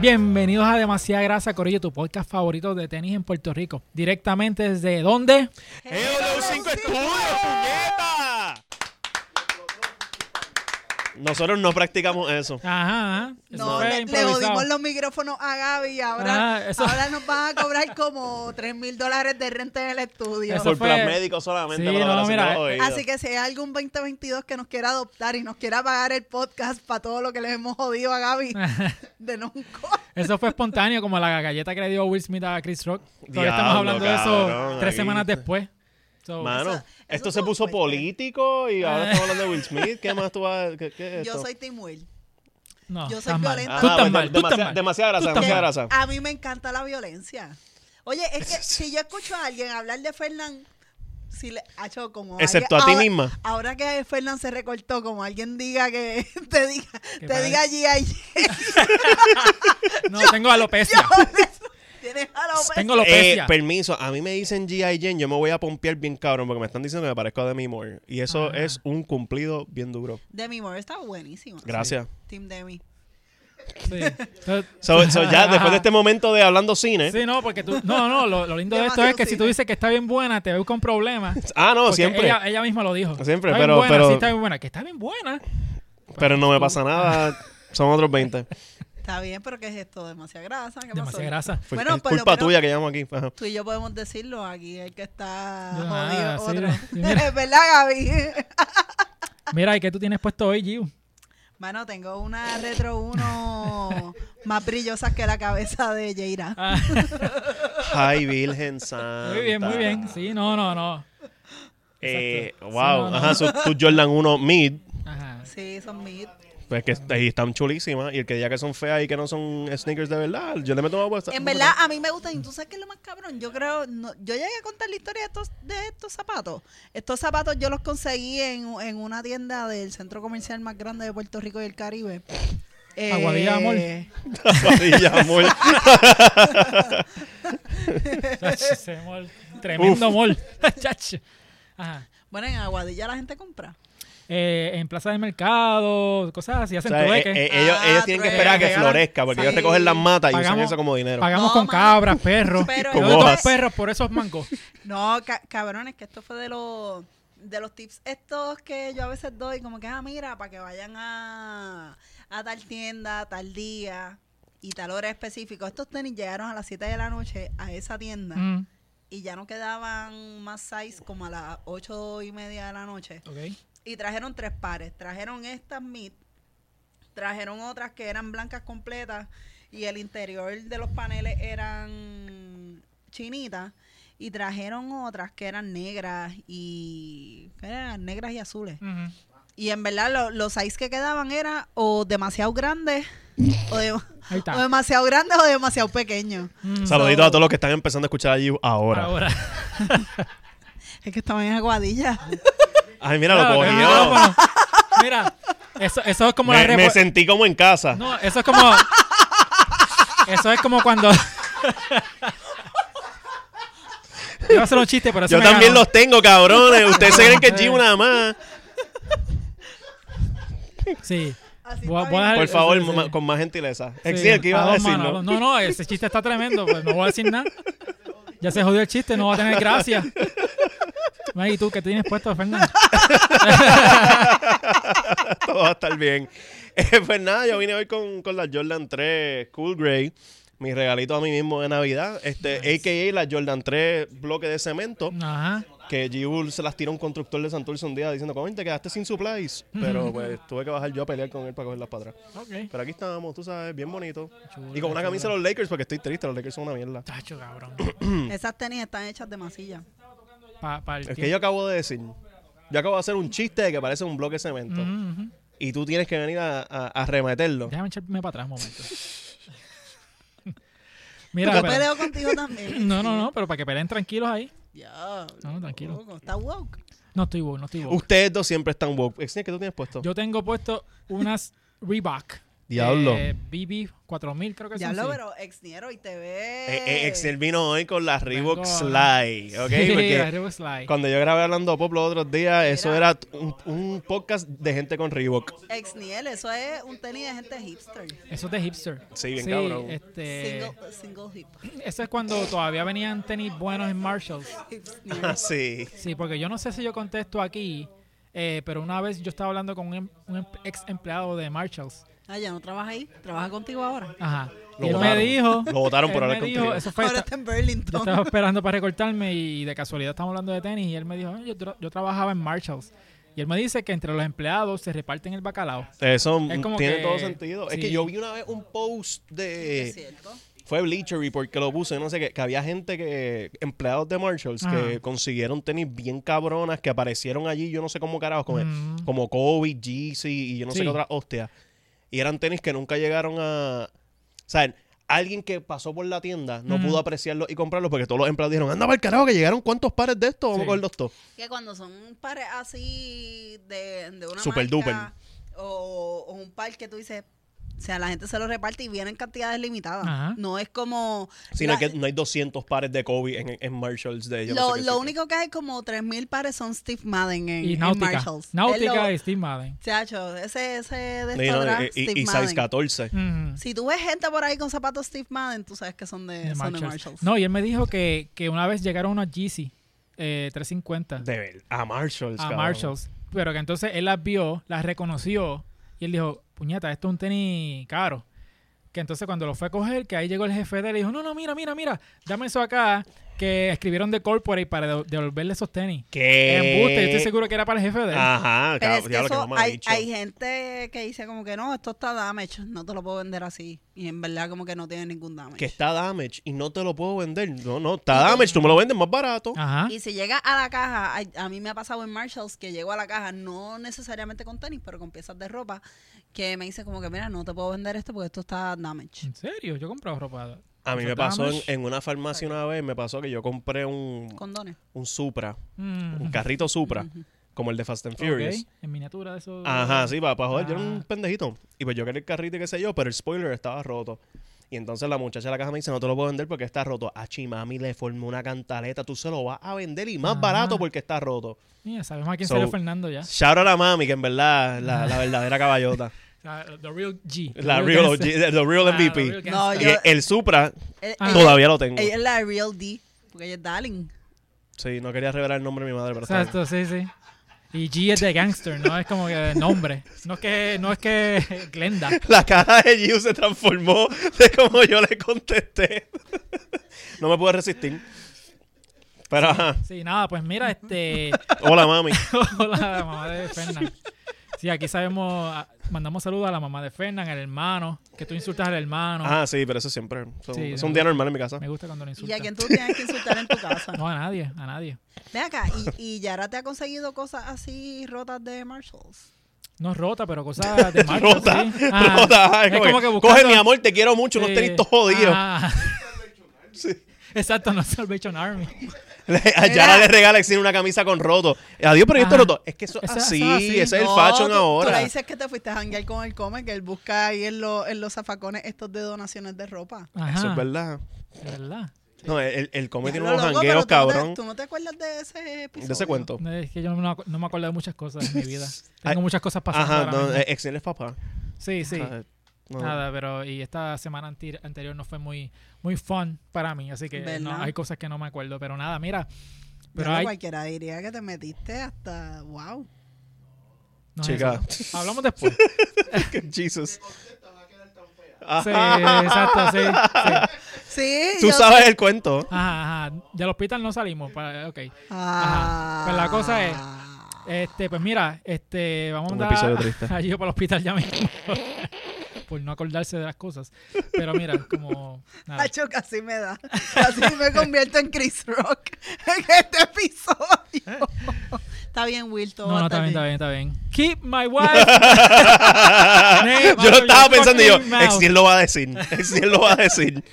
Bienvenidos a Demasiada Grasa, Corillo, tu podcast favorito de tenis en Puerto Rico. Directamente desde ¿dónde? ¡EW5 Estudios, puñeta! Nosotros no practicamos eso. Ajá, ajá. Eso No, fue le, le improvisado. jodimos los micrófonos a Gaby y ahora, Ah, eso- ahora nos van a cobrar como 3 mil dólares de renta en el estudio. Eso Por fue- plan médico solamente. Sí, por la no, operación mira, eh, de los oídos. Así que si hay algún 2022 que nos quiera adoptar y nos quiera pagar el podcast para todo lo que les hemos jodido a Gaby, denos un corte. Eso fue espontáneo, como la galleta que le dio Will Smith a Chris Rock. Todavía estamos Diablo, hablando de eso cabrón, tres aquí. semanas después. So, Mano, Eso- eso esto se estuvo puso fuerte. político y ahora Ah. estamos hablando de Will Smith. ¿Qué más tú vas a...? ¿Qué, qué es Yo esto? soy Tim Will. no, yo soy estás mal. violenta. Tú Ah, estás pues, mal, tú demasiada- estás mal. Demasiada grasa, estás demasiada mal. Ah, grasa. A mí me encanta la violencia. Oye, es que si yo escucho a alguien hablar de Fernán, si le ha hecho como Excepto a ti alguien- ahora- misma. Ahora que Fernán se recortó, como alguien diga que te diga, Que te para- diga allí ahí. No, tengo alopecia. Tienes a la Tengo Eh, alopecia. permiso, a mí me dicen G.I. Jane, yo me voy a pompear bien cabrón porque me están diciendo que me parezco a Demi Moore. Y eso Ah. es un cumplido bien duro. Demi Moore está buenísimo. Gracias. Team Demi. Sí. Entonces- So, so ya, después de este momento de hablando cine... Sí, no, porque tú. No, no, lo, lo lindo de esto es que si tú Demasiado cine. dices que está bien buena, te ves con problemas. Ah, no, Porque siempre. Ella, ella misma lo dijo. Siempre, Está bien pero- buena, pero- sí está bien buena. Que está bien buena. Pero no me pasa nada. Son otros 20. Está bien, pero ¿qué es esto? Demasiada grasa. ¿Qué pasó? Demasiada grasa. pues Fue- Bueno, es por lo culpa menos- tuya que llevamos aquí. Ajá. Tú y yo podemos decirlo aquí, el que está Yo jodido, nada, sí, otro. sí, mira. Es verdad, Gaby. Mira, ¿y qué tú tienes puesto hoy, Giu? Mano, tengo una retro 1 más brillosa que la cabeza de Jaira. Ah, Ay, Virgen Santa. muy bien, muy bien. Sí, no, no, no. Eh, Exacto. wow. Sí, no, no. Ajá, su- tu Jordan 1 mid. Ajá. Sí, son mid. Pues que est- ahí están chulísimas. Y el que diga que son feas y que no son sneakers de verdad, yo le meto más puesta. En verdad, a mí me gustan. ¿Y tú sabes qué es lo más cabrón? Yo creo. no- yo llegué a contar la historia de estos, de estos zapatos. Estos zapatos yo los conseguí en, en una tienda del centro comercial más grande de Puerto Rico y el Caribe. Eh, Aguadilla, amor. Padilla, amor. Chacho, ese mol. Tremendo mol. Chacho. Ajá. Bueno, en Aguadilla la gente compra. Eh, en plaza del mercado, cosas así, O hacen sea, eh, trueque. eh, ellos, Ah, ellos tienen que trueque. esperar a que Regalan- florezca, porque ellos te Sí. cogen las matas y usan Pagamos- eso como dinero. Pagamos No, con mano. cabras, perros. Pero Yo Con doy dos hojas. perros por esos mangos. No, ca- cabrones, que esto fue de los de los tips estos que yo a veces doy, como que, ah, mira, para que vayan a, a tal tienda, tal día y tal hora específico. Estos tenis llegaron a las 7 de la noche a esa tienda Mm, y ya no quedaban más size como a las 8 y media de la noche. ok. Y trajeron tres pares. Trajeron estas mid, trajeron otras que eran blancas completas y el interior de los paneles eran chinitas. Y trajeron otras que eran negras y que eran negras y azules. Ujú. Y en verdad lo- los seis que quedaban eran o demasiado grandes o, de- o Ahí está. demasiado grandes o demasiado pequeños. Mm, Saluditos a todos los que están empezando a escuchar allí ahora. ahora. Es que estaban en aguadilla. Ay, mira, Claro, lo que cogió. no, vámonos. Mira, eso, eso es como la me, repo- me sentí como en casa. No, eso es como. Eso es como cuando. Iba a hacer un chiste, pero eso Yo me también ganó. los tengo, cabrones. Ustedes se creen que es G nada más. Sí. Así Voy a- voy a está bien. dejar- Por favor, sí, sí. ma- con más gentileza. Sí, Exil, el que iba a a dos decir, manos, a ¿no? dos- no, no, ese chiste está tremendo, pues no voy a decir nada. Ya se jodió el chiste, no va a tener gracia. Ay, ¿Y tú qué tienes puesto, Fernando? Todo va a estar bien. Eh, pues nada, yo vine hoy con, con las Jordan 3 Cool Grey. Mi regalito a mí mismo de Navidad. Este, AKA las Jordan 3 bloque de cemento. Ajá. Que Giul se las tiró un constructor de Santurce un día diciendo, ¿cómo te quedaste sin supplies? Pero pues tuve que bajar yo a pelear con él para cogerlas para atrás. Ok. Pero aquí estamos, tú sabes, bien bonito. Chulo, Y con una camisa de los Lakers porque estoy triste, los Lakers son una mierda. Chacho, cabrón. Esas tenis están hechas de masilla. Pa- pa el Es que yo acabo de decir, yo acabo de hacer un chiste de que parece un bloque de cemento. Ujú, ujú. Y tú tienes que venir a, a, a remeterlo. Déjame echarme para atrás un momento. Yo Mira, pero- peleo contigo también. No, no, no, pero para que peleen tranquilos ahí. Diablo, No, no, tranquilo. loco, Está woke. No estoy woke, no estoy woke. Ustedes dos siempre están woke. Exil, ¿Qué tú tienes puesto? Yo tengo puesto unas Reebok Diablo. Eh, BB 4000 creo que Ya son, lo sí. pero Exniero y te Eh, eh, ve. Excel vino hoy con la Reebok Vengo- Slide, ¿ok? Sí, Porque la Reebok Slide. cuando yo grabé Hablando Pop los otros días, eso era un, un podcast de gente con Reebok. Exniel, eso es un tenis de gente hipster. Eso es de hipster. Sí, bien cabrón. Este, Single, single hip. eso es cuando todavía venían tenis buenos en Marshalls. Exniel. Ah, sí. Sí, porque yo no sé si yo contesto aquí, eh, pero una vez yo estaba hablando con un, em- un em- ex empleado de Marshalls. Ah, ya no trabaja ahí. Trabaja contigo ahora. Ajá. Lo y él votaron. me dijo. Lo votaron por él hablar me dijo- contigo. Eso fue. Ahora está en Burlington. Yo estaba esperando para recortarme y de casualidad estamos hablando de tenis y él me dijo, "Ah, yo, tra- yo trabajaba en Marshalls. Y él me dice que entre los empleados se reparten el bacalao. Eso Es como tiene que- todo sentido. Es que sí. yo vi una vez un post de... Es cierto. Fue Bleacher Report que lo puso, yo no sé qué, que había gente que, empleados de Marshalls, que Ajá. consiguieron tenis bien cabronas, que aparecieron allí, yo no sé cómo carajos, como, Mm. como Kobe, Jeezy y yo no sé Sí. qué otra hostia. Y eran tenis que nunca llegaron a... O sea, alguien que pasó por la tienda no Mm. pudo apreciarlos y comprarlos porque todos los empleados dijeron, anda para el carajo, que llegaron cuántos pares de estos, vamos Sí. a cogerlos todos. Que cuando son pares así de, de una Super marca O, o un par que tú dices, o sea, la gente se lo reparte y vienen cantidades limitadas. Ajá. No es como... Si la- no, hay que- no hay 200 pares de Kobe en, en Marshalls de... yo no lo sé qué lo sitio. único que hay como 3.000 pares son Steve Madden en, Y en Náutica. Marshalls. Náutica Es y Steve Madden. lo- Chacho, ese, ese de Sí, no, Instagram, y- y- Steve y size Madden. 14. Ujú. Si tú ves gente por ahí con zapatos Steve Madden, tú sabes que son de, Mm, De son de Marshalls. Marshalls. No, y él me dijo que, que una vez llegaron unos Yeezy eh, 350 De ver, a Marshalls. a Pues cabrón. Marshalls, pero que entonces él las vio, las reconoció y él dijo, puñeta, esto es un tenis caro. Que entonces cuando lo fue a coger, que ahí llegó el jefe de él y dijo, no, no, mira, mira, mira, dame eso acá, que escribieron de corporate para de- devolverle esos tenis. ¿Qué? En buste, yo estoy seguro que era para el jefe de él. ah, Ajá, Pero cab- es que diablo, eso, no me ha hay, dicho. hay gente que dice como que no, esto está damage, no te lo puedo vender así. Y en verdad como que no tiene ningún damage. Que está damage y no te lo puedo vender. No, no, está damage, tú me lo vendes más barato. Ajá. Y si llegas a la caja, ay, a, mí me ha pasado en Marshalls que llego a la caja, no necesariamente con tenis, pero con piezas de ropa, que me dicen como que mira, no te puedo vender esto porque esto está damage. ¿En serio? Yo he comprado ropa. A mí Eso me está pasó en, damage. en una farmacia una vez, me pasó que yo compré un, Condones. un Supra, Mm. un carrito Supra, como el de Fast and Furious. Ok, En miniatura de eso. Ajá, sí, para, joder, yo era un Ah. pendejito. Y pues yo quería el carrito y qué sé yo, pero el spoiler estaba roto. Y entonces la muchacha de la caja me dice, no te lo puedo vender porque está roto. A Chimami le formó una cantaleta, tú se lo vas a vender y más Ah. barato porque está roto. Mira, sabemos a quién So- salió Fernando ya. O Shout out a mami, que en verdad la, la verdadera caballota. sea, the real G. La real, OG, the real MVP. No, Y yo- el- el Supra Eh, Ah. ella, todavía lo tengo. ella es la real D, porque ella es Darling. Sí, no quería revelar el nombre de mi madre, pero está bien. Exacto, sí, sí. Y G es de gangster, no es como que de nombre. No es que, no es que Glenda. La cara de Giu se transformó de como yo le contesté. No me pude resistir. Pero ajá. Sí, nada, pues mira, este. Hola, mami. Hola, mamá de Fernan. Sí, aquí sabemos, ah, mandamos saludos a la mamá de Fernan, al hermano, que tú insultas al hermano. Ah, sí, pero eso siempre. son- Sí, es no. un día normal en mi casa. Me gusta cuando lo Y a insultas. quien tú tienes que insultar en tu casa. No, a nadie, a nadie. Ve acá, y, y Yara te ha conseguido cosas así rotas de Marshalls. No es rota, pero cosas de marca, Rota, sí. Ah, rota. ajá, es como que buscando- Coge mi amor, te quiero mucho, unos Sí. tenis todos jodidos. Ah. Exacto, no es Salvation Army. Le- A Yara le regala Exil una camisa con roto. Adiós, pero yo Ajá. estoy roto. Es que eso es Eso- eso así, es así. ese es el No, fashion Oh, tú- Tú Ah, ahora. le dices que te fuiste a janguear con el Come, que él busca ahí en, lo- en los zafacones estos de donaciones de ropa. Ajá, Eso es verdad. de verdad. No, el, el come tiene Diablo, unos loco, jangueos, pero tú no te- cabrón. ¿Tú no te acuerdas de ese episodio? De ese cuento. No, Es que yo no, no me acuerdo de muchas cosas de mi vida. Tengo Oh. Ay, muchas cosas pasando. Ajá, ahora no, mismo. eh, Excel es papá. sí, sí. O sea, no. Nada, pero y esta semana anti- anterior no fue muy, muy fun para mí, así que ¿Verdad? no, hay cosas que no me acuerdo, pero nada, mira. Pero Diablo, hay, cualquiera diría que te metiste hasta... ¡Wow! no, Chica. eso. hablamos después. Jesus. Sí, Ajá. exacto, sí. sí. Sí, Tú yo- sabes el cuento. Ajá, ajá. Del hospital no salimos, para, ok. Ah. Ajá. Pues la cosa es- Este, pues mira, este, vamos Un a episodio andar triste. allí para el hospital ya mismo. Por no acordarse de las cosas. Pero mira, como. nada. Hacho, casi me da. Casi me convierto en Chris Rock en este episodio. está bien, Will, todo No, va a no, está estar bien, está bien. bien, está bien. Keep my wife. Name, yo lo macho, estaba your pensando y yo, fucking mouth. Excel lo va a decir. Excel lo va a decir.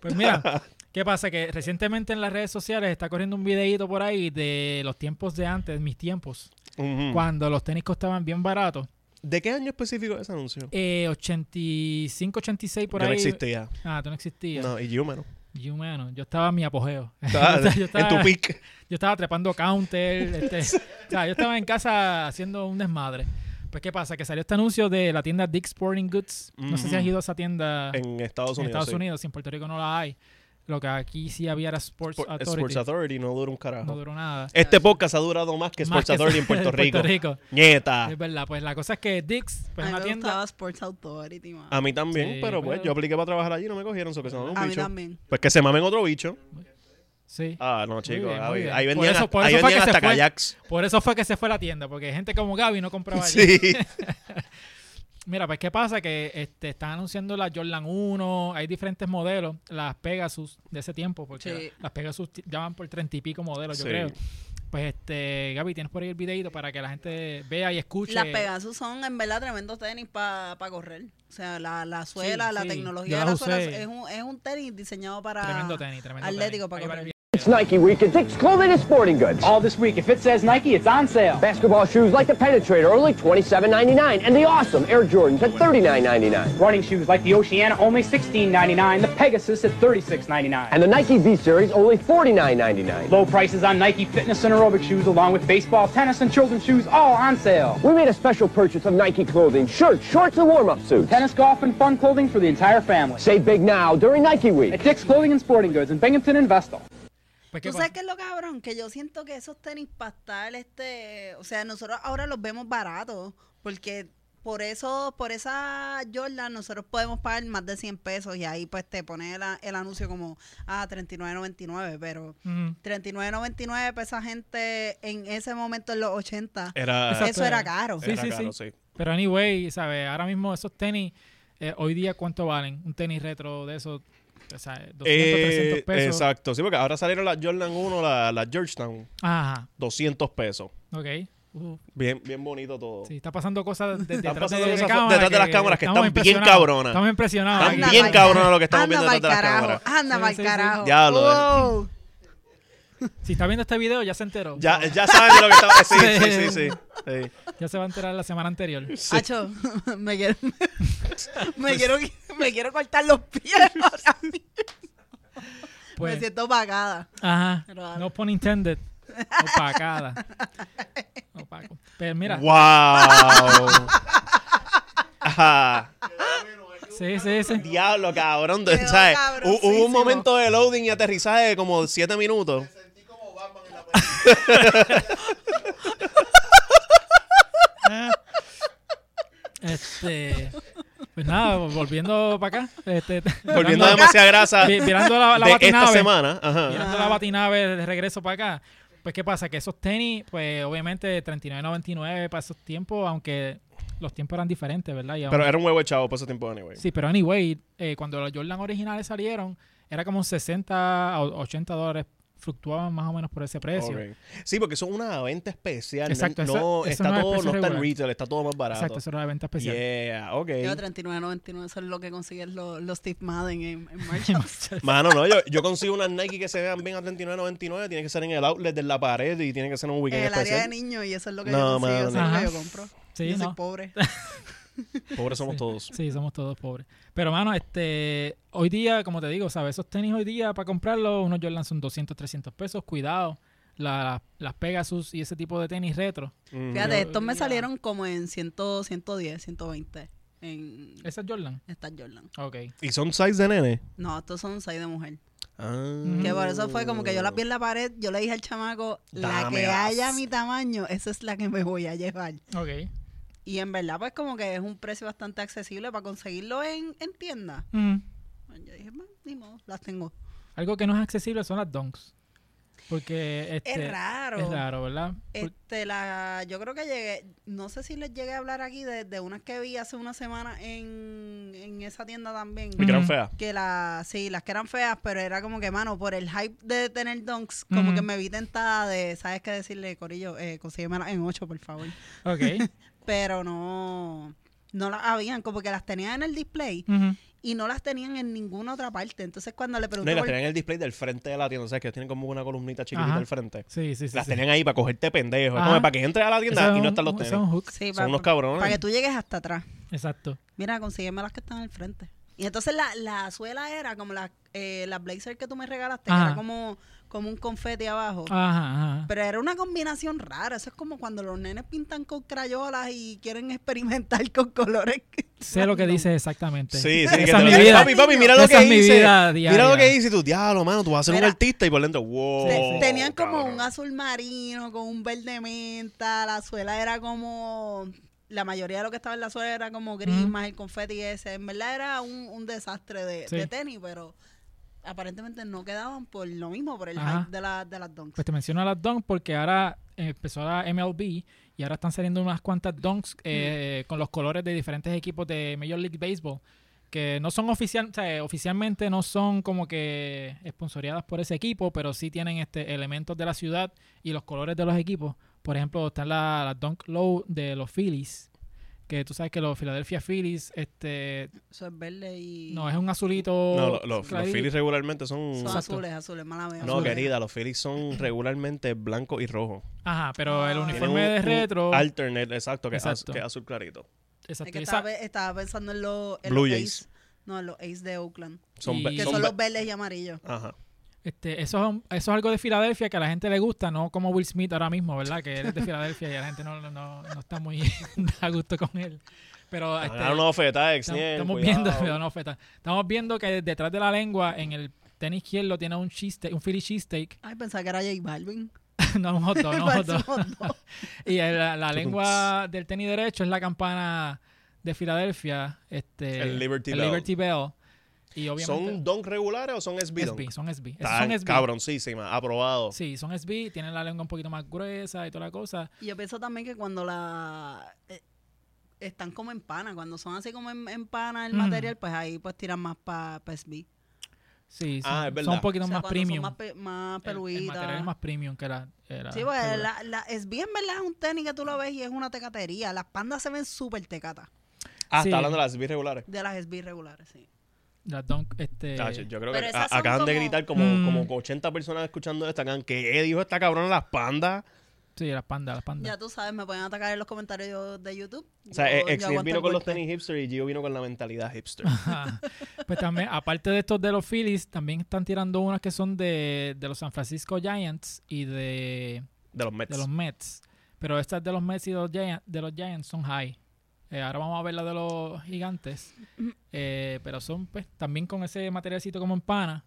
Pues mira, ¿qué pasa? Que recientemente en las redes sociales está corriendo un videíto por ahí de los tiempos de antes, mis tiempos, Ujú. cuando los tenis costaban bien baratos. ¿De qué año específico es ese anuncio? Eh, 85, 86 por Yo ahí. no existía. Ah, tú no existías. No, y yo, mano. Y humano, yo estaba en mi apogeo. Estaba yo, en tu estaba, pick. yo estaba trepando counter. este, o sea, yo estaba en casa haciendo un desmadre. Pues, ¿qué pasa? Que salió este anuncio de la tienda Dick's Sporting Goods. No sé si has Ujú. ido a esa tienda en En Estados Unidos. Estados sí. Unidos. Si en Puerto Rico no la hay. Lo que aquí sí había era Sports Por- Authority. Sports Authority no dura un carajo. No duró nada. Este podcast ha durado más que Más Sports que Authority en Puerto Rico. Ah. Es Nieta. verdad. Pues la cosa es que Dick's, pues a mí una me tienda... gustaba Sports Authority, mano. A mí también, Sí, pero pues pero- yo apliqué para trabajar allí y no me cogieron, eso que se mamen A un mí bicho. también. Pues que se mamen otro bicho. Sí. Ah, no, chicos. bien, ah, muy Ahí, bien. ahí Por vendían, eso- por hasta- ahí eso fue vendían que se hasta fue. kayaks. Por eso fue que se fue la tienda. Porque gente como Gaby no compraba allí. Sí. Mira, pues qué pasa que este, están anunciando la Jordan 1, hay diferentes modelos, las Pegasus de ese tiempo, porque Sí. las Pegasus ti- ya van por treinta y pico modelos, yo Sí. creo. Pues este, Gaby, tienes por ahí el videito para que la gente vea y escuche. Las Pegasus son en verdad tremendos tenis para correr. O sea, la, la suela, Sí, la sí. Yo tecnología de las la suela usé. es un, es un tenis diseñado para... Tremendo tenis, tremendo tenis. Atlético para Ahí va el correr. video. It's Nike Week at Dick's Clothing and Sporting Goods. All this week, if it says Nike, it's on sale. Basketball shoes like the Penetrator, only $27.99, and the awesome Air Jordans at $39.99. Running shoes like the Oceana, only $16.99. The Pegasus at $36.99. And the Nike V Series, only $49.99. Low prices on Nike fitness and aerobic shoes, along with baseball, tennis, and children's shoes, all on sale. We made a special purchase of Nike clothing, shirts, shorts, and warm-up suits. Tennis, golf, and fun clothing for the entire family. Save big now during Nike Week. At Dick's Clothing and Sporting Goods in Binghamton and Vestal. Pues, ¿qué ¿Tú pasa? sabes qué es lo cabrón? Que yo siento que esos tenis para estar, este, o sea, nosotros ahora los vemos baratos, porque por eso, por esa Jordan nosotros podemos pagar más de 100 pesos y ahí pues te pone el, a- el anuncio como, ah, 39.99, pero Ujú. 39.99 para esa gente en ese momento en los 80, Era, Exacto. eso era caro. Sí, era sí, caro, sí. sí. Pero anyway, ¿sabes? Ahora mismo esos tenis, eh, hoy día, ¿cuánto valen? Un tenis retro de esos, o sea, 200, Eh, 300 pesos. Exacto, sí, porque ahora salieron las Jordan 1, las la Georgetown, Ajá, 200 pesos. ok. Uh, Bien, bien bonito todo. sí, está pasando cosas de- detrás, pasando de, de cosas cámara detrás de que las cámaras que estamos están bien impresionados. cabronas. Estamos impresionados. Están aquí. Anda bien pa'l- cabrón lo que estamos anda viendo pa'l detrás de las carajo, cámaras. Anda Sí, mal sí, sí. carajo. Diablo, Wow. Si está viendo este video, ya se enteró. Ya, eh. ya saben de lo que estaba Sí, sí, sí, sí. sí. Ya se va a enterar la semana anterior. Acho, me quiero, me quiero, me quiero cortar los pies ahora mismo. Pues, Me siento pagada. ajá. Pero dale. No pun intended. Opacada. Opaco. Pero mira, ¡Wow! Ajá. sí, sí, sí. Diablo, cabrón. Quedó ¿sabes? Hu- Hubo cabroncísimo. un momento de loading y aterrizaje de como 7 minutos. Este, pues nada, volviendo para acá. Este, Volviendo a mirando- demasiada grasa vi- de Mirando la, la esta batinave. semana. Ajá. Mirando la batinave de regreso para acá. Pues, ¿qué pasa? Que esos tenis, pues, obviamente, 39.99 para esos tiempos, aunque los tiempos eran diferentes, ¿verdad? Y aún- Pero era un huevo chavo por ese tiempo, anyway. Sí, pero anyway, eh, cuando los Jordan originales salieron, era como 60 a 80 dólares, fluctuaban más o menos por ese precio. Ok. Sí, porque eso es una venta especial. Exacto, no, eso- no- eso está no es todo, precio no está en regular. retail, está todo más barato. Exacto, eso era la venta especial. Yeah, ok. Yo 39.99, eso es lo que consiguen los, los Steve Madden en, en Marshalls. Mano, no, yo, yo consigo unas Nike que se vean bien a 39.99, tiene que ser en el outlet de la pared y tiene que ser en un en weekend el área de especial. niños y eso es lo que No, yo consigo, eso es lo mano. que yo compro. Sí, yo ¿no? soy pobre. Pobres somos todos. Sí, somos todos pobres. Pero, mano, este, hoy día, como te digo, ¿sabes? Esos tenis hoy día, para comprarlos, unos Jordan son 200, 300 pesos, cuidado. La- las Pegasus y ese tipo de tenis retro. Mm. Fíjate, Yo- estos me ya. salieron como en 100, 110, 120 en ¿Esas Jordan? estas Jordan. Ok. ¿Y son size de nene? No, estos son 6 de mujer. Ah. Que por eso fue como que yo las vi en la pared, yo le dije al chamaco, la que Dámelas. haya a mi tamaño, esa es la que me voy a llevar. Ok. Y en verdad, pues como que es un precio bastante accesible para conseguirlo en, en tienda. Pues, Mm. Yo dije, "Bueno, ni modo, las tengo. Algo que no es accesible son las Dunks. Porque, este... es raro. Es raro, ¿verdad? Por- Este, la, yo creo que llegué, no sé si les llegué a hablar aquí de, de unas que vi hace una semana en, en esa tienda también. Ujú. ¿Y que eran feas? Que las, sí, las que eran feas, pero era como que, mano, por el hype de tener donks, como Ujú. que me vi tentada de, ¿sabes qué decirle, Corillo? Eh, consíguemela en 8, por favor. Ok. Pero no, no las habían, como que las tenían en el display Ujú. y no las tenían en ninguna otra parte. Entonces cuando le No, pregunté y las por- tenían en el display del frente de la tienda. O sea, que ellos tienen como una columnita chiquitita Ajá. al frente. Sí, sí, sí. las sí. tenían ahí para cogerte pendejo. Es Ajá. como para que entres a la Eso tienda es y no un- están los tenis. eso es un hook. Sí, Son pa- unos cabrones. Para que tú llegues hasta atrás. Exacto. Mira, consígueme las que están al frente. Y entonces la, la suela era como la, eh, la blazer que tú me regalaste, que Ajá. Ah. era como, como un confeti abajo. Ajá, ajá. Pero era una combinación rara. Eso es como cuando los nenes pintan con crayolas y quieren experimentar con colores. Sé lo que dices exactamente. Sí, Esa sí, que es te mi lo- vida. Papi, papi, mira Esa lo que es mi hice. vida Mira lo diaria. que hice. Y tú, diablo, mano, tú vas a ser Mira. un artista. Y por dentro, wow. Te- Tenían como Oh, cabrón. un azul marino con un verde menta. La suela era como. La mayoría de lo que estaba en la suela era como gris, Ujú. más el confeti ese. En verdad era un, un desastre de, Sí. de tenis, pero aparentemente no quedaban por lo mismo, por el Ajá. hype de, la- de las donks. Pues te menciono a las Dunk porque ahora eh, empezó la MLB y ahora están saliendo unas cuantas Dunks eh, con los colores de diferentes equipos de Major League Baseball que no son oficial, o sea, eh, oficialmente no son como que esponsoreadas por ese equipo, pero sí tienen este elementos de la ciudad y los colores de los equipos. Por ejemplo, están las la Dunk Low de los Phillies, que tú sabes que los Philadelphia Phillies este Eso es verde y. no eh, es un azulito No, lo- lo- los, clarito. Phillies regularmente son. Son Exacto. azules, azules, mala mía. no, azules. querida, los Phillies son regularmente blanco y rojo. Ajá, pero el Ah. Tienen uniforme un- de un retro, Alternate, exacto, que, es az- Exacto. que es azul clarito. exacto, Es que y esa- estaba, estaba pensando en los, en Blue los Jays. Ace. No, en los Ace de Oakland. Son, Y- ve- Que son son ve- los verdes y amarillos. Ajá. Este, eso, es un- eso es algo de Filadelfia que a la gente le gusta, no como Will Smith ahora mismo, ¿verdad? Que él es de Filadelfia y a la gente no, no- no- no está muy a gusto con él. Pero este, Ganaron una oferta, ex estamos, estamos viendo, me da una oferta. estamos viendo que detrás de la lengua, en el tenis izquierdo, tiene un cheesesteak, un Philly cheesesteak, Ay, pensaba que era J Balvin. no un hot dog, no un hot Parece dog. un hot dog. Y el- la, la lengua del tenis derecho es la campana de Filadelfia, este, El Liberty Bell. Liberty Bell. Y obviamente ¿Son donk regulares o son SB donk? SB, son SB. Esos Están son SB. cabroncísima, aprobado. Sí, son SB, tienen la lengua un poquito más gruesa y toda la cosa. Y yo pienso también que cuando la eh, están como en pana, cuando son así como en, en pana el Ujú. material, pues ahí pues tiran más para SB. Sí, son, Ah, es son verdad. un poquito O sea, más cuando son premium. más, pe- más El- el, peluitas. material es más premium que la. que la Sí, pues regular. la, la SB en verdad es un tenis que tú lo ves y es una tecatería. Las pandas se ven súper tecatas Ah, Sí. está hablando de las SB regulares. de las SB regulares, sí. La Dunk, este. Chacho, yo creo Pero que esas a- son acaban de como- gritar como, Mm. como 80 personas escuchando esta can que eh, dijo esta cabrona las pandas. Sí, las pandas, las Ya pandas. tú sabes, me pueden atacar en los comentarios yo- de YouTube. O sea, Yo- eh, yo Ex aguanto vino el con los golpe. tenis hipster y Gio vino con la mentalidad hipster. Ajá. pues también, aparte de estos de los Phillies, también están tirando unas que son de, de los San Francisco Giants y de, De los Mets. de los Mets. Pero estas de los Mets y de los Giants, de los Giants son high. Eh, ahora vamos a ver la de los gigantes. Mm-hmm. Eh, pero son pues, también con ese materialcito como en pana,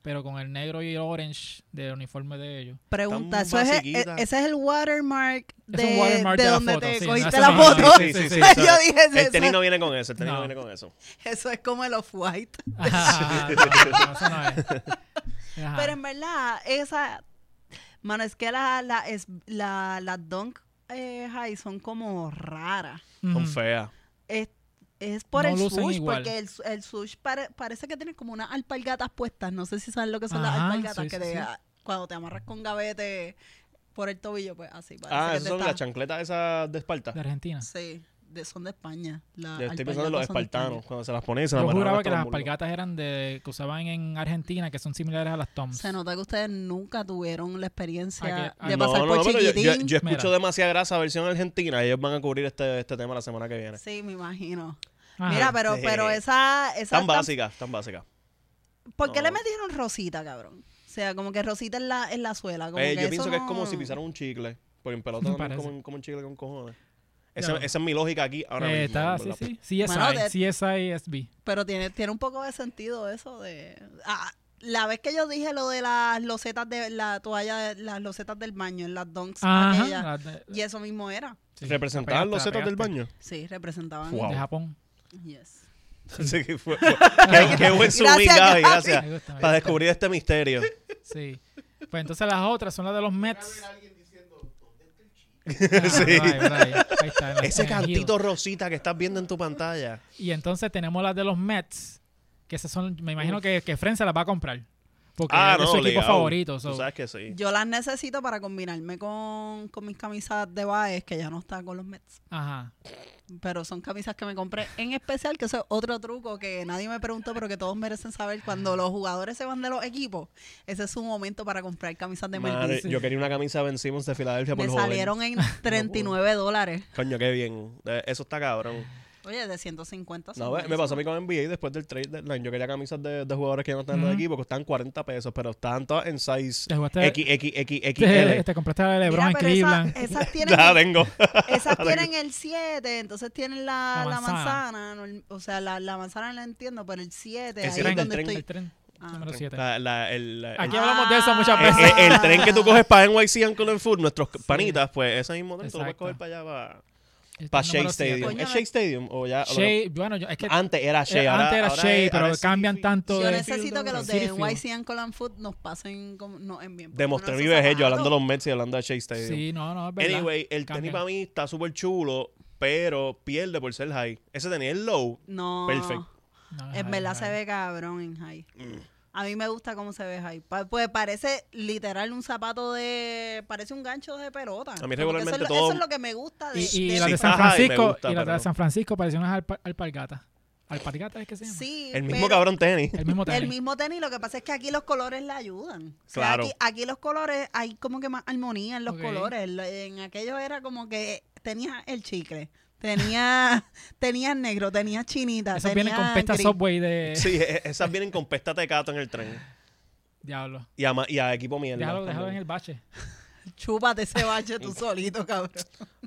pero con el negro y el orange del uniforme de ellos. Pregunta, Están eso es, el- eh, basiquitas. ese es el watermark Es de, un watermark de de la donde foto, te sí, cogiste no, la eso no, foto. no, sí, sí, sí, o sea, Yo dije eso. El tenis no viene con eso, el tenis no, No. viene con eso. Eso es como el off-white. Ajá, no, no, no, eso no es. Ajá. Pero en verdad, esa. Mano, es que la, la, es, la, las Dunk eh, High son como raras. Son Ujú. feas. Es, es por No el lucen swoosh, igual. porque el, el swoosh pare- parece que tiene como unas alpargatas puestas. No sé si saben lo que son las Ajá, alpargatas, sí, que sí, te- sí. cuando te amarras con gavete por el tobillo, pues así. Parece Ah, que esas te son está- las chancletas esas de Esparta. De Argentina. Sí, de, son de España. La Yo pues, estoy pensando en los alpargatas son de España. espartanos. Cuando se las ponen, y se las Yo amarraban juraba que hasta las los muslos. alpargatas eran de que usaban en Argentina, que son similares a las Toms. Se nota que ustedes nunca tuvieron la ¿A experiencia qué? Ah, de no, pasar por pero yo- chiquitín. Yo, yo escucho Mira. demasiada grasa versión argentina. Ellos van a cubrir este, este tema la semana que viene. Sí, me imagino. Ajá. Mira, pero, Sí. pero esa, esa Tan básicas, tan básicas. ¿Por qué le No. metieron rosita, cabrón? O sea, como que rosita en la, en la suela. Como Eh, que yo eso pienso que es como no- si pisaran un chicle. Porque en pelota también Parece. comen, comen chicle con cojones. Esa, Ya. esa es mi lógica aquí ahora Eh, mismo. está, en sí, verdad. sí. CSI, Mano, de- CSI SB. Pero tiene, tiene un poco de sentido eso de... Ah, la vez que yo dije lo de las losetas de la toalla, de- las losetas del baño, en las donks Ajá. aquellas, la de- y eso mismo era. sí, la Representar pegaste, los la setos del pegaste. baño. Sí, representaban. Wow. De Japón. Yes. Así que fue- fue- qué, qué buen subir, Gracias, Gaby. Gaby. Gracias. Me gusta, me gusta. Para descubrir este misterio. Sí. Pues entonces las otras son las de los Mets. Sí. Ah, por ahí, por ahí. Ahí está, en la- Ese en el heel. cantito rosita que estás viendo en tu pantalla. Y entonces tenemos las de los Mets, que esas son, me imagino que, que Fren se las va a comprar. Porque Ah, es no, su equipo obligado. favorito. so. Tú sabes que sí. Yo las necesito para combinarme con, con mis camisas de Baez, que ya no está con los Mets. Ajá. pero son camisas que me compré en especial, que eso es otro truco que nadie me preguntó, pero que todos merecen saber. Cuando los jugadores se van de los equipos, ese es un momento para comprar camisas de Mel Madre, Gibson. yo quería una camisa de Ben Simmons de Filadelfia por Me joder. salieron en 39 dólares. Coño, qué bien. Eh, Eso está cabrón. Oye, de 150. No, son ve, me pasó a mí con NBA después del trade deadline. Yo quería camisas de, de jugadores que ya no están en el Ujú. equipo, costaban 40 pesos, pero estaban todas en size Te jugaste- Te, XXXXL. te compraste a LeBron Mira, en pero esa- eh, Cleveland. esas tienen, La tengo. esas tienen el 7, entonces tienen la, La la manzana. manzana. no el- o sea, la, la manzana la entiendo, pero el 7, El ahí tren, es donde el tren, eh, El estoy. tren Ah. número 7. La- la- el, el- Aquí hablamos de eso muchas el- veces. el- el tren que tú coges para NYC Uncle and Food, nuestros panitas, pues ese mismo tren tú lo puedes Exacto. coger para allá, para, El para tren Shea número siete. Stadium. Coño, ¿Es no- Shea Stadium? O ya, o- Shea, bueno, yo- es que antes era Shea. eh, ahora- antes era ahora Shea, es- pero ahora es cambian tanto Yo de- necesito que los City de Field. YC and Colin Food nos pasen como, no envíen. por lo menos Demostré mi esos vejez yo hablando de zapatos. los Mets y hablando de Shea Stadium. Sí, no, no, es verdad. Anyway, el tenis Cambia. para mí está súper chulo, pero pierde por ser high. Ese tenis es low. No. Perfecto. No, En ay, verdad ay. se ve cabrón en high. Mm. A mí me gusta cómo se ve high. Pa- Pues parece literal un zapato de. Parece un gancho de pelota. A mí Como que regularmente eso es lo- todo- Eso es lo que me gusta de. Y, y de- la de Sí, San ajá, y me Francisco, y, gusta, la pero- de San Francisco parecía unas alpa- alpargatas. ¿Alpargatas es que se llama? Sí, El mismo pero cabrón tenis. El mismo tenis. El mismo tenis, lo que pasa es que aquí los colores le ayudan. O sea, Claro. aquí, aquí los colores, hay como que más armonía en los Ok. colores. Lo- En aquello era como que tenías el chicle, tenías tenía negro, tenías chinita. Esos tenías vienen con pesta gris. Subway de... Sí, e- esas vienen con pesta tecato en el tren. Diablo. Y a, ma- y a equipo mierda. Déjalo, déjalo en también. el bache. Chúpate ese bache tú solito, cabrón.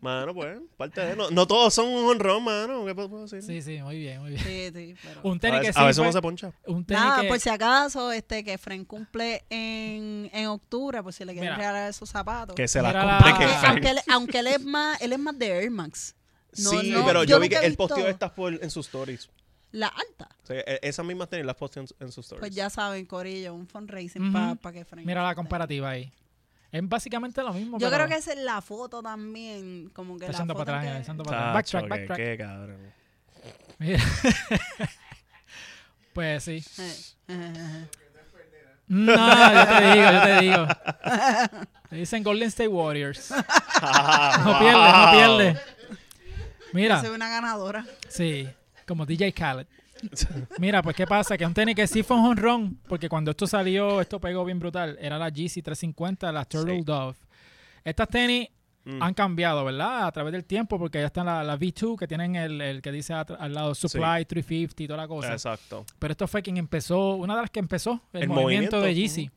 Mano, pues, parte de. No, no todos son un honrón, mano. ¿Qué puedo puedo decir? Sí, sí, muy bien, muy bien. Sí, sí, pero- Un A tenis que veces, sí a veces fue- uno se poncha. Un tenis Nada, que... por si acaso, este, que Fren cumple en, en octubre, por si le quieren Mira. regalar esos zapatos. Que se las Mira compre la- aunque, que Ah. aunque, él, aunque él es más, él es más de Air Max. No, sí, no, pero yo yo, vi nunca que he él visto- posteó estas por- en sus stories. La alta. O sea, e- esas mismas tenis las posteó en, en sus stories. Pues ya saben, Corillo, un fundraising Ujú. para que Frank. Mira la esté. comparativa ahí. Es básicamente lo mismo. Yo pero- creo que esa es la foto también. Como que Está la echando foto para que- atrás, echando para atrás. Tacho, Backtrack, que- backtrack. Qué cabrón. Mira. pues sí. Eh, eh, eh, No, yo te digo, yo te digo. Le dicen Golden State Warriors. No pierde, no pierde. eh. Mira, Soy una ganadora. sí, como DJ Khaled. Mira, pues qué pasa, que es un tenis que sí fue un honrón, porque cuando esto salió, esto pegó bien brutal. Era la GC 350, la Turtle Sí. Dove. Estas tenis han cambiado, ¿verdad? A través del tiempo, porque ya están las la V2 que tienen el, el que dice atr- al lado Supply 350 y toda la cosa. Exacto. Pero esto fue quien empezó, una de las que empezó el, El movimiento, de movimiento, Yeezy.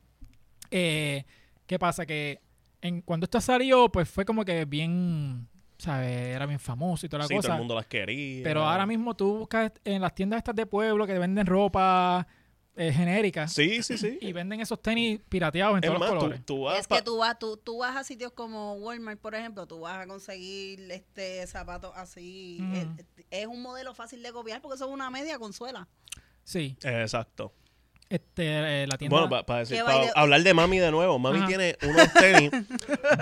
Eh, ¿Qué pasa? Que en, cuando esto salió, pues fue como que bien, ¿sabes? Era bien famoso y toda la Sí, cosa. todo el mundo las quería. Pero ahora mismo tú buscas en las tiendas estas de pueblo que venden ropa eh, genérica Sí, sí, sí. y venden esos tenis pirateados en Es todos más, los tú, colores. tú vas es que pa- tú vas, tú, tú vas a sitios como Walmart, por ejemplo, tú vas a conseguir este zapatos así. Ujú. Eh, Es, un modelo fácil de copiar porque eso es una media consuela. Sí, Exacto. este, eh, la tienda. Bueno, para decir, Que pa- baile- hablar de mami de nuevo. Mami Ajá. tiene unos tenis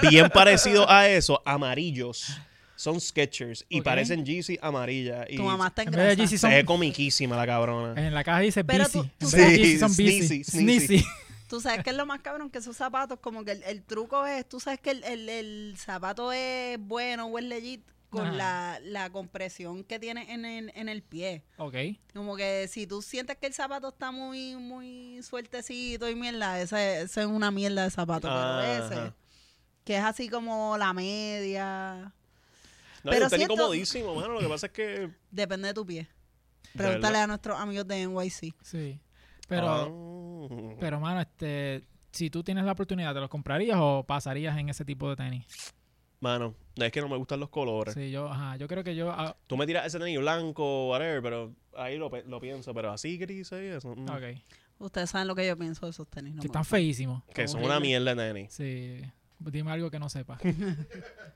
bien parecidos a eso, amarillos. Son Skechers y Ok. parecen Yeezy amarilla. Y Tu mamá está en en vez de grasa. Yeezy se son, ve comiquísima la cabrona. en la caja dice Pero BC. tú- En tú vez de sabes- Yeezy son Sí, BC. sneezy, sneezy. Sneezy. Tú sabes que es lo más cabrón que esos zapatos, como que el, el truco es, tú sabes que el, el- el zapato es bueno o es legit con la, la compresión que tiene en el, en el pie. Ok. Como que si tú sientes que el zapato está muy muy sueltecito y mierda, ese, ese es una mierda de zapato. Ajá. Pero ese, que es así como la media, No, es Pero un tenis siento- comodísimo, mano. Lo que pasa es que. depende de tu pie. De Pregúntale verdad. a nuestros amigos de NYC. Sí. Pero. Ah. Pero, mano, este, si tú tienes la oportunidad, ¿te los comprarías o pasarías en ese tipo de tenis? Mano, es que no me gustan los colores. Sí, yo, ajá, yo creo que yo... ah, Tú me tiras ese tenis blanco, whatever, pero ahí lo, pe- lo pienso. Pero así gris y eso. mm, ok. Ustedes saben lo que yo pienso de esos tenis. no que me están feísimos. Que son una mierda de tenis. Sí. Dime algo que no sepa.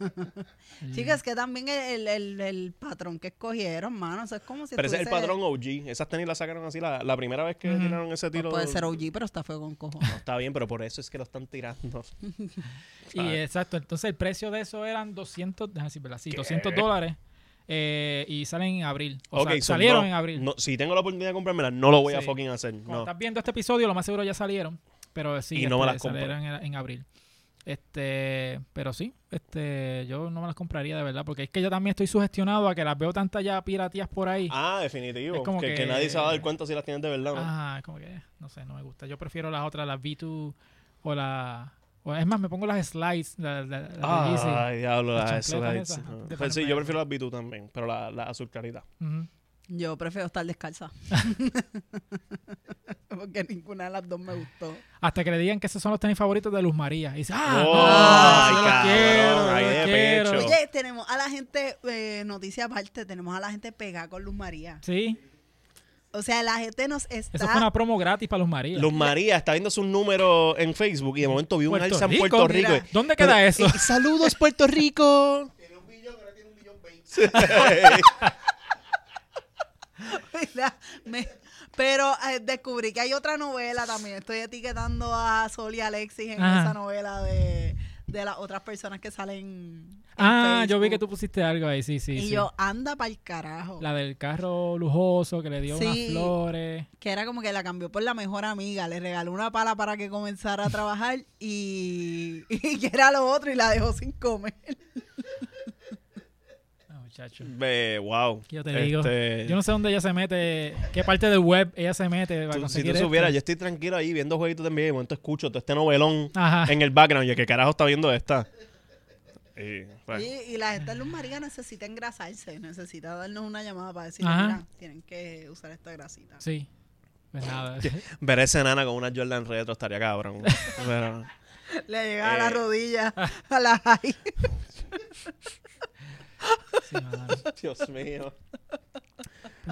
Chicas, que también el, el, el- el patrón que escogieron, mano, eso es como si Pero ese es el estuviese- patrón OG. Esas tenis las sacaron así la, la primera vez que Ujú. tiraron ese Pues tiro. puede ser OG, pero está feo con cojones. No, está bien, pero por eso es que lo están tirando. Y exacto, entonces el precio de eso eran 200, déjame decir, ¿verdad? Sí, 200 dólares eh, y salen en abril. O Ok, sea, so salieron no- en abril. no, si tengo la oportunidad de comprármela, no lo voy a Sí. fucking hacer. Cuando No. estás viendo este episodio, lo más seguro ya salieron, pero sí, Y no me este, las compré. salieron en, en abril. Este, pero sí, este, yo no me las compraría de verdad, porque es que yo también estoy sugestionado a que las veo tantas ya piratías por ahí. Ah, definitivo. Es como que, que- que nadie se va a dar cuenta si las tienes de verdad. ¿no? Ajá, como que, no sé, no me gusta. Yo prefiero las otras, las V2 o la... o es más, me pongo las slides, las, las- las Ah, de Yeezy. Ay, diablo, Las la- eso chancletas la- esas, ah. de Pues sí, Panamá. yo prefiero las Bitu también, pero la, la azul clarita. Ujú. Yo prefiero estar descalza. Porque ninguna de las dos me gustó. Hasta que le digan que esos son los tenis favoritos de Luz María. Y dice, ah, Oh, no, ay, yo los cabrón, quiero, yo ahí los de quiero. pecho. Oye, tenemos a la gente, eh, noticia aparte, tenemos a la gente pegada con Luz María. Sí, O sea, la gente nos eso fue está una promo gratis para Luz María. Luz María está viendo sus números en Facebook y de momento vio un Puerto alza en Rico, Puerto Rico. mira. ¿Dónde queda eso? eh, saludos, Puerto Rico. Mira, me- pero eh, descubrí que hay otra novela también. Estoy etiquetando a Sol y Alexis en Ajá. esa novela de, de las otras personas que salen. en ah, yo vi que tú Facebook. pusiste algo ahí, sí, sí. Y sí. yo, anda para el carajo. La del carro lujoso que le dio unas Sí. flores. Que era como que la cambió por la mejor amiga. Le regaló una pala para que comenzara a trabajar y, y que era lo otro y la dejó sin comer. No, Ah, muchacho. Ve, wow. ¿Qué Yo te digo. Este, Yo no sé dónde ella se mete, qué parte del web ella se mete para tú- si conseguir tú esto. supieras, yo estoy tranquilo ahí viendo jueguitos de NBA y de momento escucho todo este novelón Ajá. en el background. Yo, ¿qué carajo está viendo esta? Y, pues, bueno, Y, y la gente de Luz María necesita engrasarse. Necesita darnos una llamada para decir, Ajá. mira, tienen que usar esta grasita. Sí. Pues nada. Ver a esa enana con una Jordan retro estaría cabrón. Pero- Le llegaba a la Eh. rodilla, a la high. Sí, mano. Dios mío.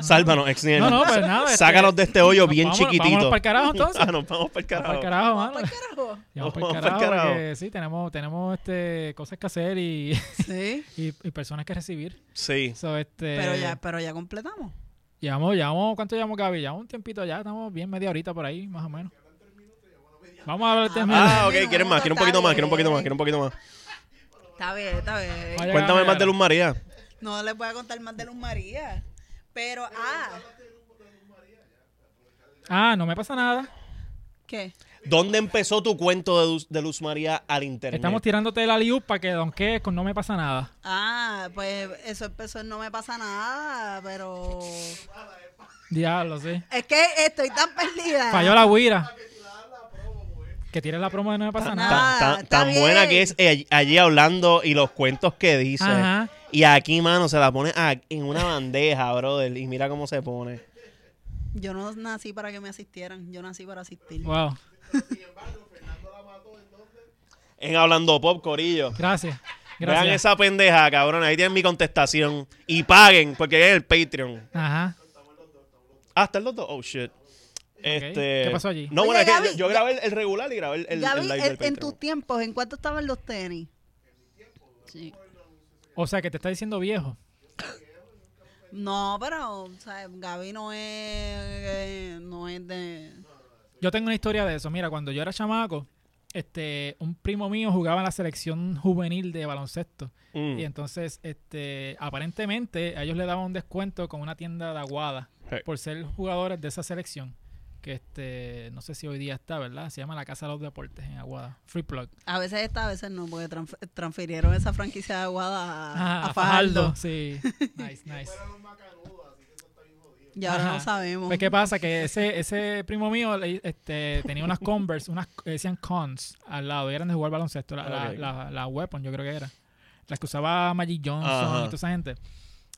Sálvanos, ex No, no, pues nada. este, Sácanos de este hoyo nos bien vamos- chiquitito. vámonos pa'l carajo, entonces. Ah, nos vamos para vamos el carajo. pa'l carajo, mano. ¿Para pues, carajo? Sí, Vamos Vamos para el pa'l carajo. carajo. porque sí, tenemos, tenemos este, cosas que hacer y, Sí. y, y personas que recibir. Sí. So, este, Eh. Pero ya, pero ya completamos. Llevamos, llevamos, ¿cuánto llevamos, Gaby? Llevamos un tiempito ya, estamos bien media horita por ahí, más o menos. Vamos a hablar de tres minutos. Ah, Mira, ok, quieren más, quieren un poquito más, quieren un poquito más, quieren un poquito más. Está bien, está bien. Vaya. Cuéntame más de Luz María. No les voy a contar más de Luz María. Pero, ah, Ah, no me pasa nada. ¿qué? ¿Dónde empezó tu cuento de Luz, de Luz María al internet? Estamos tirándote la liu para que donkees con no me pasa nada. Ah, pues eso empezó en No Me Pasa Nada, pero... Diablo, sí. Es que estoy tan perdida. Falló la guira. Que tires la promo de no me pasa Tan- nada. Tan, tan- Ah, está tan buena bien. que es allí, allí hablando y los cuentos que dice. Ajá. Y aquí, mano, se la pone a- en una bandeja, brother. Y mira cómo se pone. Yo no nací para que me asistieran, yo nací para asistir. Wow. En Hablando Pop, Corillo. Gracias. Gracias. Vean esa pendeja, cabrón. Ahí tienen mi contestación. Y paguen, porque es el Patreon. Ajá. Ah, están los dos. Oh, shit. Este, ¿Qué pasó allí? No, Oye, bueno, es que Gaby, yo, yo grabé el, el regular y grabé el, el, Gaby, el live en, del Patreon. en tus tiempos, ¿en cuánto estaban los tenis? Sí. O sea, que te está diciendo viejo. No, pero o sea, Gaby no es, eh, no es de... Yo tengo una historia de eso. Mira, cuando yo era chamaco, este, un primo mío jugaba en la selección juvenil de baloncesto. Mm. Y entonces, este, aparentemente, a ellos le daban un descuento con una tienda de aguada Sí. por ser jugadores de esa selección. Que este, no sé si hoy día está, ¿verdad? Se llama la Casa de los Deportes en Aguada. Free plug. A veces está, a veces no, porque transf- transfirieron esa franquicia de Aguada a, Ah, a Ah, Fajardo, Fajardo. Sí. Nice, nice. Y ahora Ajá. no sabemos. Pues, ¿qué pasa? Que ese, ese primo mío le- este, tenía unas Converse, unas eh, decían cons al lado, y eran de jugar baloncesto, la, la- Ok. la- la Weapon, yo creo que era. Las que usaba Magic Johnson Ajá. y toda esa gente.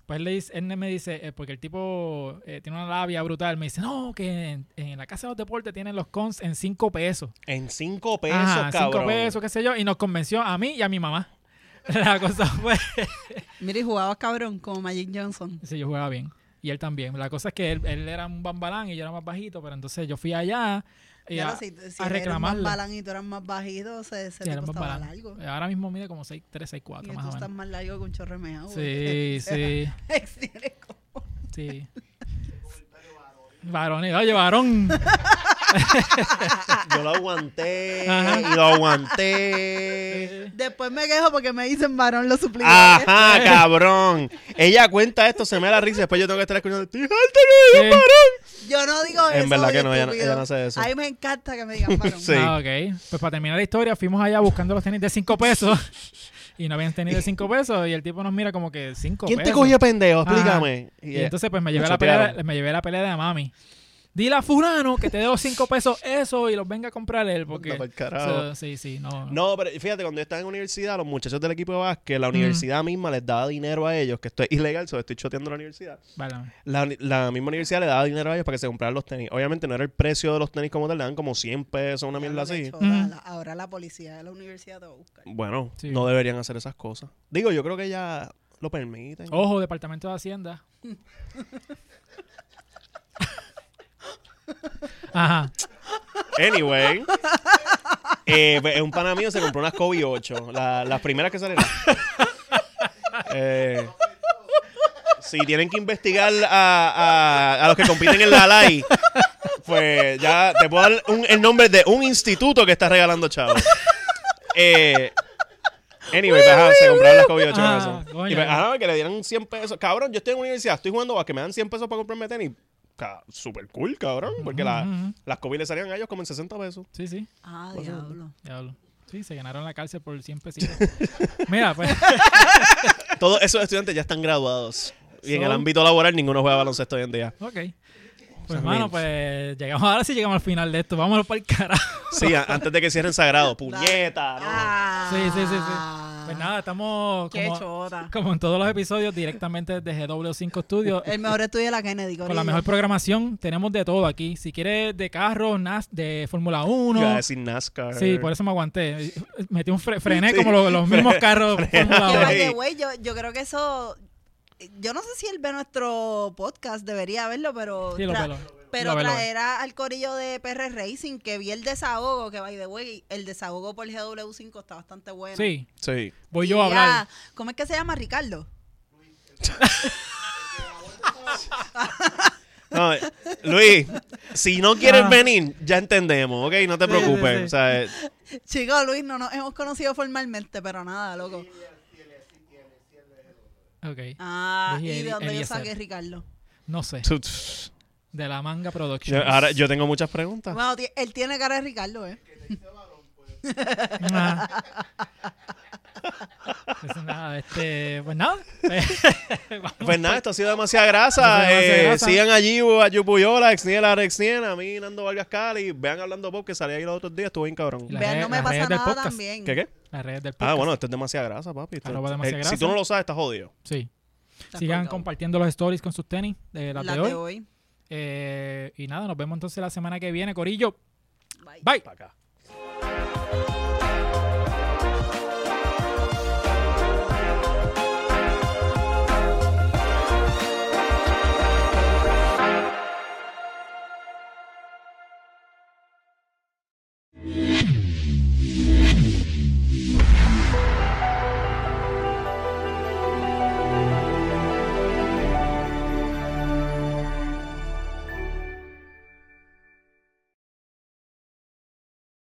Pues él, le dice- él me dice, eh, porque el tipo eh, tiene una labia brutal, me dice, no, que en, en la casa de los deportes tienen los cons en 5 pesos. En 5 pesos, Ajá, cabrón. 5 pesos, qué sé yo, y nos convenció a mí y a mi mamá. La cosa fue... Mira, y jugabas cabrón como Magic Johnson. Sí, yo jugaba bien. Y él también. La cosa es que él, él era un bambalán y yo era más bajito, pero entonces yo fui allá y Ya a, lo sé, si a él era más reclamarle. balán y tú eras más bajito, ese, ese Sí, era tipo un estaba bambalán. largo. Ahora mismo mide como 6'3, Y 6'4 tú Eh, más o estás menos. más largo que un chorro de meao, Sí, güey. sí, Extiende como- sí. Varón, oye, varón. Ah, Yo lo aguanté Ajá. y lo aguanté. Después me quejo porque me dicen varón los suplientes. Ah. Ajá, cabrón. Ella cuenta esto, se me da la risa. Después yo tengo que estar escuchando. "Estoy harta que me digan Sí. varón". Yo no digo En eso. verdad oye, que no, ella no- estúpido. ella no hace eso. A mí me encanta que me digan varón. Sí. Ah, ok. Pues para terminar la historia, fuimos allá buscando los tenis de 5 pesos. Y no habían tenido 5 pesos. Y el tipo nos mira como que 5 pesos. ¿Quién te cogió pendejo? Ajá. Explícame. Y entonces pues me llevé, Me la pelea, chotearon. me llevé la pelea de la mami. Dile a fulano que te debo 5 pesos eso y los venga a comprar él. Porque... Anda pa'l carajo. So, sí, sí, no. No, pero fíjate, cuando yo estaba en universidad, los muchachos del equipo de básquet, Mm. la universidad misma les daba dinero a ellos, que esto es ilegal, solo estoy choteando la universidad. Válgame. La, uni- la misma universidad le daba dinero a ellos para que se compraran los tenis. Obviamente no era el precio de los tenis como tal, le dan como 100 pesos, una mierda así. Ahora la- Ahora la policía de la universidad te va a buscar. Bueno, Sí. no deberían hacer esas cosas. Digo, yo creo que ya lo permiten. Ojo, Departamento de Hacienda. Ajá. Anyway, eh, pues, un pana mío se compró unas Kobe 8, la- las primeras que salieron. Eh, si tienen que investigar a, a- a los que compiten en la LAI, pues ya te puedo dar un- el nombre de un instituto que está regalando chavos. Eh, anyway, pues, ajá, se compraron las Kobe 8 con Ah, eso. coño. Y pues, ajá, que le dieran 100 pesos. Cabrón, yo estoy en la universidad, estoy jugando a que me dan 100 pesos para comprarme tenis. Ca- Super cool, cabrón, porque la- Ujú. las Kobe le salían a ellos como en 60 pesos. Sí, sí. Ah, diablo. Diablo. Sí, se ganaron la cárcel por 100 pesitos. Mira, pues. Todos esos estudiantes ya están graduados. Y en So- el ámbito laboral ninguno juega baloncesto hoy en día. Ok. Pues, hermano, pues llegamos. Ahora sí llegamos al final de esto. Vámonos para el carajo. Sí, a- antes de que cierren sagrado. Puñeta, no. Ah, Sí, sí, sí, sí. Pues nada, estamos Qué como, chota. como en todos los episodios directamente desde W5 Studios. El mejor estudio de la Kennedy. Con la mejor programación tenemos de todo aquí. Si quieres de carros, NAS, de Fórmula 1. Iba a decir NASCAR. Sí, por eso me aguanté. Eh, Metí un fre- frené como los, los mismos carros. Fórmula Que, uno. by the way, yo, yo creo que eso. Yo no sé si él ve nuestro podcast, debería verlo, pero. Sí, lo tra- ve, lo ve. Pero Lo ve, lo ve. traerá al corillo de PR Racing que vi el desahogo, que by the way, el desahogo por GW5 está bastante bueno. Sí, Sí. voy Y yo a ya- hablar. ¿Cómo es que se llama Ricardo? No, eh, Luis, si no quieres Ah. venir, ya entendemos, ¿ok? No te Sí, sí, preocupes. sí. O sea, eh, Chico, Luis, no nos hemos conocido formalmente, pero nada, loco. Ok. Ah, Luis y ¿y de Eli- dónde yo Eliezer. saqué Ricardo? No sé. tú- tú- De la manga yo, Productions. ahora yo tengo muchas preguntas. Bueno, ti- él tiene cara de Ricardo, ¿eh? Ah. Pues nada, este, pues nada. Vamos. Pues nada, esto ha sido demasiada Ha grasa. sido demasiada Eh, grasa. Sigan allí a Yupuyola, Exniel, Arex Niel, a mí, Nando Vargas Cali. Vean hablando Bob que salí ahí los otros días, estuvo bien cabrón. Y la- Las Vean, redes- no me las pasa redes del nada podcast. también. ¿Qué qué? Las redes del podcast. Ah, bueno, esto es demasiada grasa, papi. Esto- Arroba demasiada eh, Si grasa. tú no lo sabes, estás jodido. Sí. Está Sigan colgado. compartiendo los stories con sus tenis de las Las de Eh, hoy. Eh, y nada, nos vemos entonces la semana que viene, Corillo. Bye. Bye. Para acá.